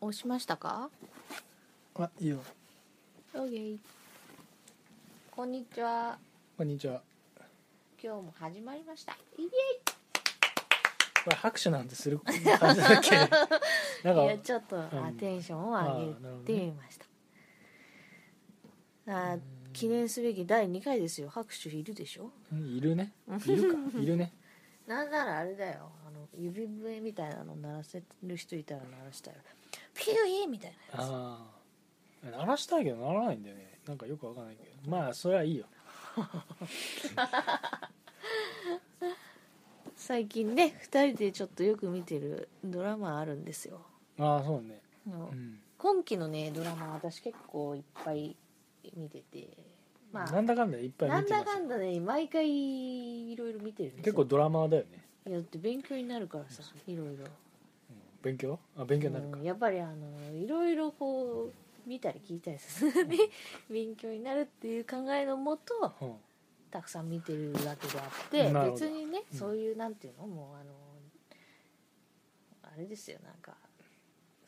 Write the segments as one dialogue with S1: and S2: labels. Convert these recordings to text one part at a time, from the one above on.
S1: 押しましたか
S2: あ、いいよ。
S1: オーケーこんにちは
S2: こんにちは。
S1: 今日も始まりましたイエ
S2: これ拍手なんてする感じだ っけ。な
S1: イ
S2: んか
S1: いやちょっと、あ
S2: うん
S1: テンションを上げてみましたあー、記念すべき第2回ですよ拍手いるでしょ
S2: うんいるね。いるか。いるね。
S1: なんならあれだよあの指笛みたいなの鳴らせる人いたら鳴らしたよピューイみたいなやつ
S2: ああ。鳴らしたいけど鳴らないんだよね。なんかよくわかんないけど。まあそれはいいよ。
S1: 最近ね2人でちょっとよく見てるドラマあるんですよ
S2: ああそうね。
S1: あの
S2: うん。
S1: 今期のねドラマ私結構いっぱい見ててま
S2: な
S1: あ
S2: んだかんだいっぱい
S1: な
S2: 見
S1: ん
S2: てま
S1: だ
S2: す
S1: かんだね毎回いろいろ見てるんです
S2: 結
S1: よ
S2: 構ドラマーだよね。
S1: いやだって勉強になるからさいろいろ
S2: うん勉強？あ勉強になるか
S1: うん。やっぱりあのいろいろこう見たり聞いたりするので 勉強になるっていう考えのもと
S2: うん。
S1: たくさん見てるわけであって
S2: なるほど
S1: 別にね
S2: うん
S1: そういうなんていうのもうあのあれですよなんか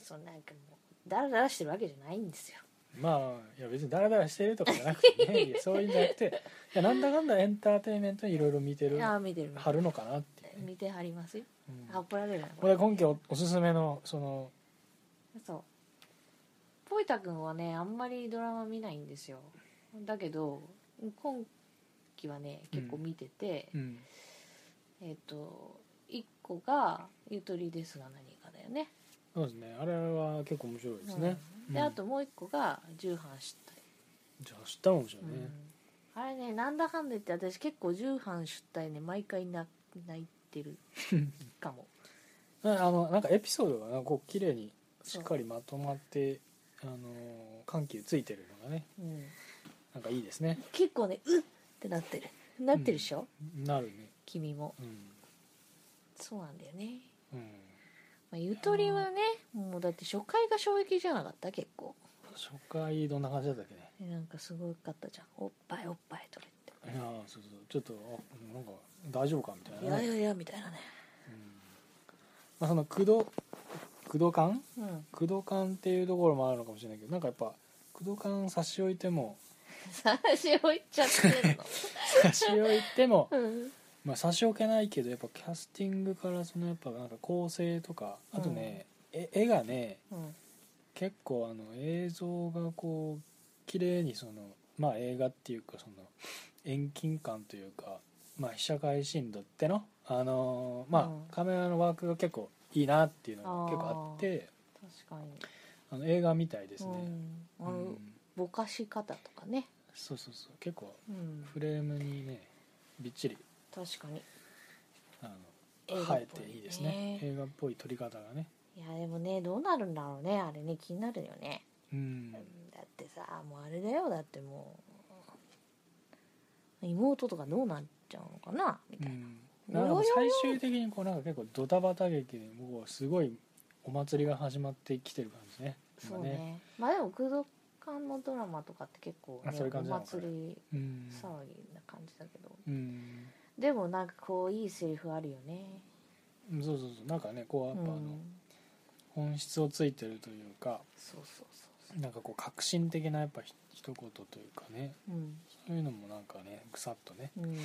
S1: そんなんかもうダラダラしてるわけじゃないんですよ
S2: まあいや別にダラダラしてるとかじゃなくて ね。いやそういうんじゃなくて、いやなんだかんだエンターテインメントにいろいろ見てる。
S1: ああ見てる見て
S2: 貼
S1: る
S2: るのかなっていうね。
S1: 見てはりますよ
S2: うん
S1: あ怒られるなこれ
S2: 俺今期おおすすめのその
S1: そうポイタくんはねあんまりドラマ見ないんですよだけど今期はね結構見てて、
S2: うん
S1: えっ、と1個が「ゆとりですが何か」だよね
S2: そうですねあれは結構面白いですね、
S1: うんで
S2: うん
S1: あともう1個が「重版失態
S2: じゃあ知ったも面白い」ね、
S1: うんあれねなんだかんだ言って私結構重版失態ね毎回な泣いて るかも
S2: なあのなんかエピソードがなんかこう綺麗にしっかりまとまってあのー緩急ついてるのがね
S1: うん
S2: なんかいいですね
S1: 結構ね「うっ!」ってなってるなってるでしょ、
S2: なるね
S1: 君も
S2: うん、
S1: そうなんだよね
S2: うん、
S1: まあ、ゆとりはねもうだって初回が衝撃じゃなかった結構
S2: 初回どんな感じだったっけね
S1: えなんかすごかったじゃんおっぱいおっぱい取れって
S2: いやーそうそうちょっとあなんか大丈夫かみたい
S1: いや
S2: なね、
S1: いやいやみたいなね
S2: うんまあ、その駆動駆動感
S1: うん
S2: 駆動感っていうところもあるのかもしれないけどなんかやっぱ駆動感差し置いても
S1: 差し置いちゃってる
S2: 差し置いても、
S1: のうん
S2: まあ、差し置けないけどやっぱキャスティングからそのやっぱなんか構成とかあとね、え絵がね
S1: うん
S2: 結構あの映像がこう綺麗にそのまあ映画っていうかその遠近感というか、まあ、被写界深度ってのあのーまあ、
S1: うん
S2: カメラのワークが結構いいなっていうのが結構あって
S1: 確かに
S2: あの映画みたいですね、
S1: う
S2: うんん
S1: あのぼかし方とかね
S2: そうそうそう結構
S1: うん
S2: フレームにねびっちり
S1: 確かに
S2: あの
S1: 映画
S2: 生
S1: っ
S2: え
S1: ぽ
S2: ていいですね映画っぽい撮り方がね
S1: いやでもねどうなるんだろうねあれね気になるよね、
S2: うん
S1: うんだってさもうあれだよだってもう妹とかどうなっちゃうのかなみたいな、
S2: うん、なんかもう最終的にこうなんか結構ドタバタ劇でもうすごいお祭りが始まってきてる感じね
S1: そ
S2: 今
S1: うねまあでも空洞館のドラマとかって結構、
S2: あ
S1: ね、
S2: そう
S1: お
S2: いう感じなのか
S1: 祭り
S2: うん
S1: 騒ぎな感じだけど、
S2: うん
S1: でもなんかこういいセリフあるよね
S2: うんそうそうそうなんかねこうやっぱあ
S1: う
S2: の
S1: ん
S2: 本質をついてるというか
S1: そうそうそう
S2: なんかこう革新的なやっぱひ一言というかね
S1: そううん、
S2: そういうのもなんかねぐさっとね
S1: うん、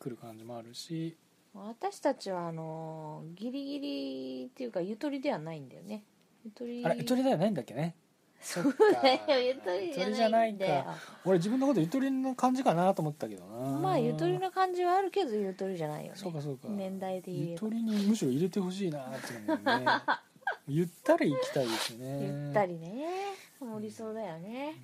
S2: くる感じもあるし
S1: 私たちはあのーギリギリっていうかゆとりではないんだよねゆとり
S2: あれゆとりではないんだっけね
S1: そ
S2: っ
S1: う
S2: か
S1: だよゆとりじゃないんだ
S2: ゆ
S1: よ
S2: とりじゃ俺自分のことゆとりの感じかなと思ったけどな
S1: まあゆとりな感じはあるけどゆとりじゃないよね
S2: そうかそうか
S1: 年代で言え
S2: ゆ
S1: ば
S2: とりにむしろ入れてほしいなって思う ねゆったり行きたいですね
S1: ゆったりね盛りそうだよね、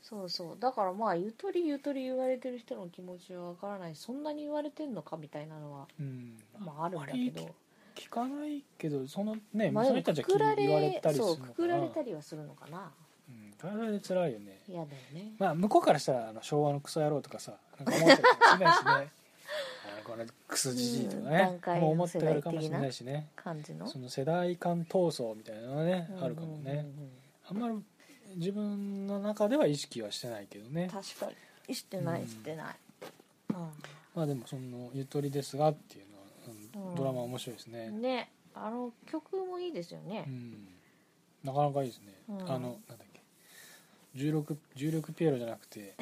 S1: そうそうだからまあゆとりゆとり言われてる人の気持ちはわからないそんなに言われてんのかみたいなのは、
S2: うん、うん
S1: まあ、あるんだけど
S2: 聞かないけどそのね、
S1: まあ
S2: そ
S1: で
S2: の
S1: も
S2: 人たち
S1: くく
S2: は
S1: ら
S2: 言われ
S1: れ
S2: たりする
S1: そ
S2: の
S1: う
S2: かな
S1: くくられたりはするのかな
S2: うん、大変で辛いよね
S1: 嫌だよね
S2: まあ向こうからしたらあの昭和のクソ野郎とかさなんか思ったりもしない しねあのこれクソじじいとか
S1: うん段
S2: ね、
S1: 階
S2: もう思
S1: の
S2: って
S1: 世
S2: や
S1: 代
S2: るかもし
S1: 的
S2: れ
S1: な
S2: ないしね
S1: 感じの
S2: その世代間闘争みたいなのはね、あるかも
S1: うんうん
S2: ね
S1: うん
S2: あんまり自分の中では意識はしてないけどね
S1: 確かにしてな
S2: う
S1: い
S2: ん
S1: してない、
S2: まあでもその「ゆとりですが」っていうのは、うん
S1: うん
S2: ドラマ面白いです
S1: う
S2: ね
S1: ん、ねあの曲もいいですよね
S2: う、んなかなかいいですね、
S1: うん
S2: あのなんだっけ重力重力ピエロじゃなくて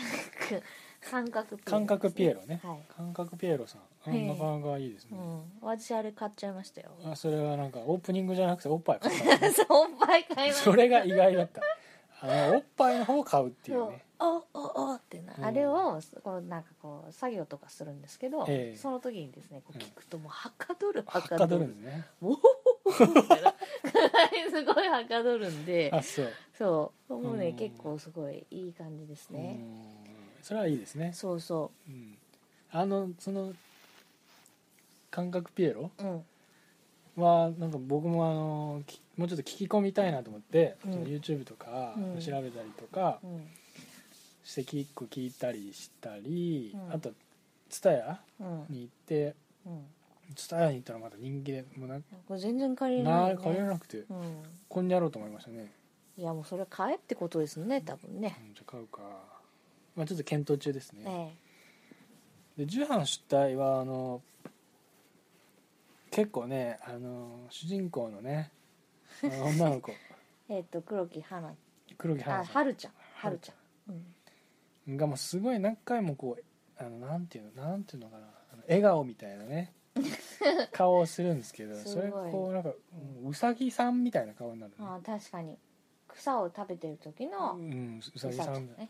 S1: 感覚ピエロ
S2: 感覚ピエロね
S1: はい、
S2: 感覚ピエロさんあ
S1: はい
S2: なかなかいいです
S1: う
S2: ね、
S1: ん、私あれ買っちゃいましたよ
S2: あそれはなんかオープニングじゃなくておっぱい買ったのね
S1: そうおっぱい買いました
S2: それが意外だったあのおっぱいの方を買うっていうね
S1: そうおおおってな、
S2: うん
S1: あれをこうなんかこう作業とかするんですけど、
S2: ええ
S1: その時にですねこう
S2: うん
S1: 聞くともうはかどる
S2: は
S1: は
S2: か
S1: かど
S2: どる
S1: る
S2: んですね
S1: おおみたいな すごいはかどるんで
S2: あそう、
S1: そうもうね
S2: うん
S1: 結構すごいいい感じですね、
S2: うんそれはいいですね、
S1: そうそ
S2: うん、あのその感覚ピエロ
S1: ううん
S2: はなんか僕もあのきもうちょっと聞き込みたいなと思って、
S1: うん
S2: その YouTube とか
S1: うん
S2: 調べたりとか
S1: うん
S2: して結構聞いたりしたり、
S1: うん
S2: あと TSUTAYA
S1: うん
S2: に行って
S1: うん
S2: TSUTAYA に行ったらまた人気でもうな
S1: これ全然借りれない
S2: な
S1: よ
S2: 帰れ
S1: ね、
S2: なくて
S1: うん、
S2: こんにゃろうと思いましたね、
S1: いやもうそれは買えってことですね多分ね、
S2: うん、じゃあ買うか、まあ、ちょっと検討中ですね、
S1: え
S2: で重版主体はあの結構ねあの主人公のねあの女の子
S1: ええっと黒木花
S2: 黒木
S1: あ
S2: 華さ
S1: 春ちゃん春ちゃん、うん、
S2: んがもうすごい何回もこうあのなんていうのなんていうのかなあの笑顔みたい なね顔をするんですけど
S1: すごい
S2: それがこうなんかうんうさぎさんみたいな顔になるね
S1: ああ確かに草を食べてる時の
S2: うんうさ
S1: ウ
S2: ぎ
S1: サ
S2: さ
S1: ちゃん
S2: ん
S1: ね、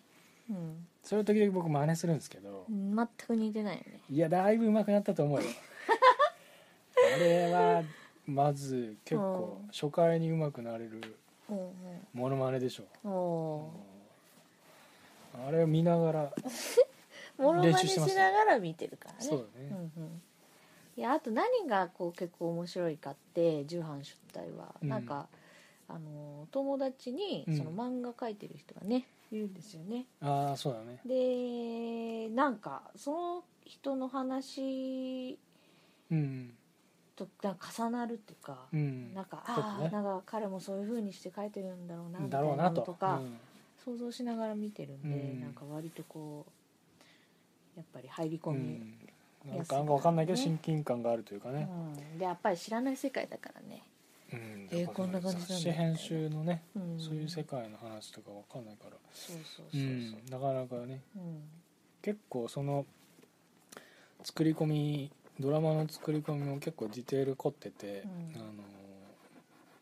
S1: うん、
S2: それを時々僕真似するんですけど
S1: 全く似てないよね
S2: いやだいぶ上手くなったと 思うよあれはまず結構
S1: うん
S2: 初回に上手くなれる
S1: うん
S2: モノマネでしょ
S1: うんお
S2: あれを見ながら
S1: おもろま
S2: 練
S1: ね
S2: 習し
S1: して
S2: ますね
S1: ながら見てるからね
S2: そうだ
S1: う
S2: ね、
S1: んうんいやあと何がこう結構面白いかって重版出題は、
S2: うん
S1: なんかあの友達に
S2: うん
S1: その漫画描いてる人がね、いるんですよね
S2: ああそうだね
S1: でなんかその人の話
S2: うん
S1: となんか重なるっていうか、
S2: うん
S1: なんか、
S2: ちょっと
S1: ああ
S2: ね
S1: ーなんか彼もそういう風にして書いてるんだろうなみた
S2: だ
S1: い
S2: ろう
S1: な
S2: な
S1: の
S2: と
S1: とか、
S2: うん
S1: 想像しながら見てるんで、
S2: うん
S1: なんか割とこうやっぱり入り込
S2: う
S1: み、
S2: んなんかなんかわかんないけど親近感があるというかね、
S1: うんでやっぱり知らない世界だからね、
S2: うん
S1: えーこんな感じなんだ
S2: 雑誌編集のね、
S1: うん、
S2: そういう世界の話とかわかんないから、
S1: そうそう
S2: う、
S1: そうそうん
S2: なかなかね
S1: うん
S2: 結構その作り込みドラマの作り込みも結構ディテール凝ってて、
S1: うん
S2: あの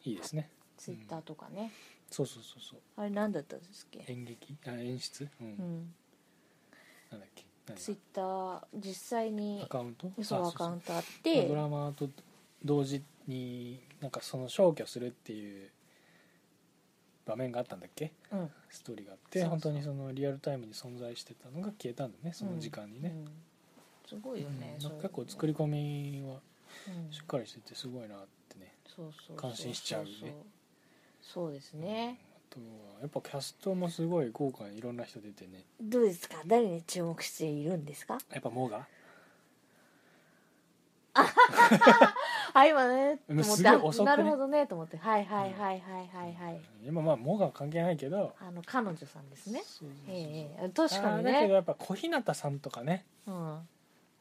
S2: いいですね
S1: ツイッターとかね、
S2: そうそうそうそう
S1: あれ何だったんですっけ、
S2: 演劇あ演出、うん
S1: うん、
S2: なんだっけ何
S1: ツイッター実際に
S2: アカウント
S1: そう
S2: あ
S1: アカウントあっ
S2: そう
S1: て
S2: ドラマと同時になんかその消去するっていう場面があったんだっけ
S1: うん
S2: ストーリーがあって
S1: そうそう
S2: 本当にそのリアルタイムに存在してたのが消えたんだねその時間にね、
S1: うんすごいよね、
S2: うん
S1: そ
S2: な
S1: うんいうの
S2: か
S1: ね
S2: 結構作り込みは
S1: うん
S2: しっかりしててすごいなってね、
S1: そうそうそう
S2: 感心しちゃうね
S1: そうそうですね、
S2: うんあとはやっぱキャストもすごい豪華にいろんな人出てね
S1: どうですか誰に注目しているんですか
S2: やっぱモーガ
S1: あ今ねと
S2: うん
S1: 思っ
S2: す
S1: て、
S2: ごい
S1: あ
S2: 遅く
S1: な
S2: ね
S1: るほどねと思ってはいはいはいはいはいはい、
S2: 今まあモーガは関係ないけど
S1: あの彼女さんですね
S2: そうそうそう
S1: ええ確かに
S2: あーだけど
S1: ね
S2: やっぱ小日向さんとかね
S1: うん、うん、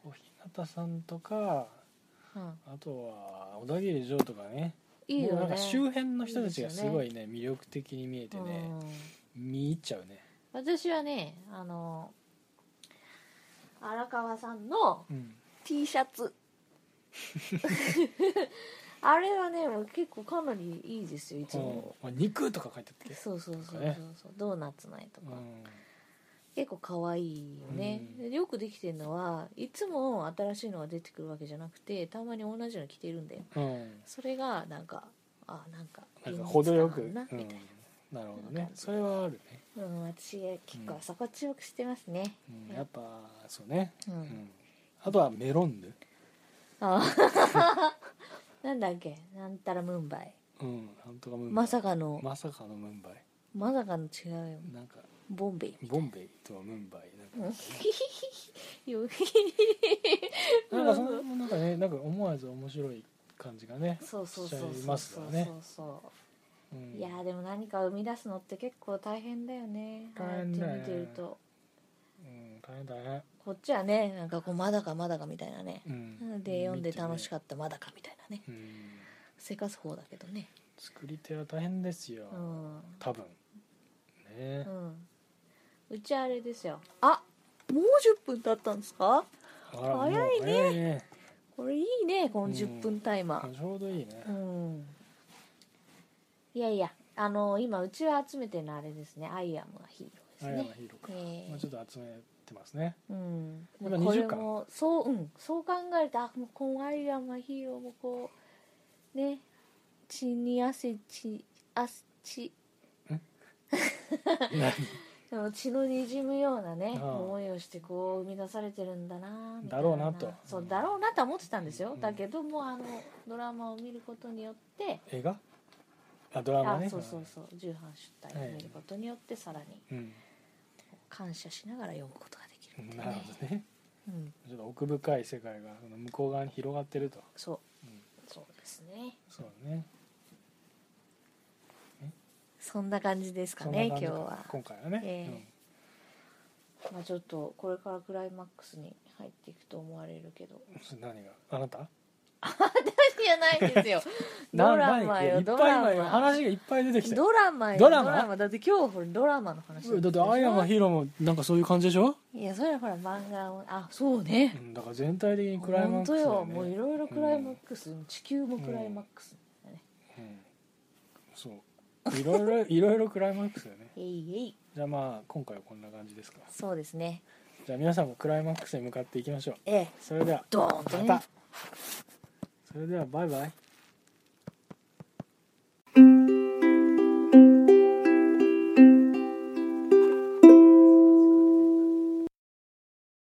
S2: 小日向さんとかあとは小田切城とかね
S1: いいよ
S2: もう
S1: ね
S2: なんか周辺の人たちがすご
S1: い
S2: いね魅力的に見えてね
S1: うん、
S2: 見入っちゃうね、
S1: 私はねあの荒川さんの
S2: うん、
S1: T シャ ツあれはねもう結構かなりいいですよいつも
S2: こうまあ肉とか書いてあったっけ
S1: そうそうそうそう
S2: とかね
S1: そうドーナツないとか、
S2: う
S1: 結構可愛いよね、
S2: うん
S1: よくできてるのはいつも新しいのが出てくるわけじゃなくてたまに同じの着てるんだよ
S2: ん、うん、
S1: それがなんかあなんか
S2: なんか程よく、う
S1: いい
S2: ん、
S1: な
S2: な
S1: みたい
S2: るほどねそれはあるね、
S1: な、うん私結構そこ注目してますね
S2: うん、やっぱそうね、
S1: うん、
S2: うん、あとはメロンヌ、
S1: あなんだっけなんたらムンバイ
S2: うん、なんとかムンバイ
S1: まさかの
S2: まさかのムンバイ
S1: まさかの違うよ
S2: なんか
S1: ボンベ イ
S2: ボンベイとはムンバイなんか
S1: よ
S2: なんかそのなんかねなんか思わず面白い感じがね、
S1: そうそうそう
S2: しちゃい
S1: そう
S2: ます
S1: そ
S2: よ
S1: う
S2: ね
S1: そう
S2: うん、
S1: いやーでも何か生み出すのって結構大変だよね
S2: 大変だよ
S1: ああ
S2: ね
S1: やって見てると
S2: うん大変大変
S1: こっちはねなんかこうまだかまだかみたいなね
S2: うん
S1: で読んで楽しか
S2: っ
S1: ったまだかみたいなね
S2: た、うん
S1: せかす方だけどね
S2: 作り手は大変ですよ、
S1: うん
S2: 多分ね、
S1: うんうちあれですよあもう10分経ったんですか
S2: あら
S1: 早いね
S2: もう早いね
S1: これいいねこ
S2: う
S1: の
S2: ん
S1: 10分タイマー
S2: ちょうどいいね、
S1: うんいやいやあの今うちは集めてるのはあれですね「アイアムはヒーロー」です
S2: アイアン
S1: ね
S2: ヒーローか、
S1: え
S2: まあ、
S1: ー
S2: ちょっと集めてますね
S1: うん、
S2: まだ
S1: もうこれ
S2: 20巻
S1: もそう,、うん、そう考えるとあもうこのアイアンマヒーローもこうね血に汗血汗血
S2: 何
S1: でも血のにじむようなね
S2: ああ
S1: 思いをしてこう生み出されてるんだなみたい
S2: だろうなと
S1: そううんだろうなとは思ってたんですよ、
S2: うん
S1: だけどもうあのドラマを見ることによって
S2: 映画あドラマ
S1: あ
S2: ね
S1: そうそうそう重版出体を見ることによってさらに
S2: うん、
S1: 感謝しながら読むことができるみたい
S2: なる
S1: ね
S2: ほどね
S1: うん、
S2: ちょっと奥深い世界がその向こう側に広がってると、
S1: そう
S2: うん、
S1: そうですね
S2: そうね
S1: そんな感じですか
S2: そんな
S1: ね
S2: 感
S1: 今日
S2: じか
S1: は。
S2: 今回はね、
S1: ええまあ、ちょっとこれからクライマックスに入っていくと思われるけど
S2: うん、それ何があなた
S1: じゃないんですよ
S2: な
S1: ドラマ
S2: 何い
S1: よ
S2: っ
S1: ド
S2: ぱい今
S1: ラマ
S2: 話がいっぱい出てきて
S1: ドラマよ
S2: ドラマ
S1: だって今日ほらドラマの話
S2: だって「アイアンは
S1: ヒ
S2: ヒーロー」もなんかそういう感じでしょ、
S1: いやそれはほら漫画をあそうね
S2: うん、だから全体的にクライマ
S1: 本
S2: ック
S1: 当
S2: スだ
S1: よ
S2: よ、ね、
S1: もういろいろクライマックス、地球もクライマックス、
S2: うん、そういろいろ いろいろクライマックスだよね
S1: えいえい
S2: じゃあまあ今回はこんな感じですか
S1: そうですね
S2: じゃあ皆さんもクライマックスに向かっていきましょう
S1: ええ
S2: それでは
S1: ドーンとね
S2: またそれではバイバイ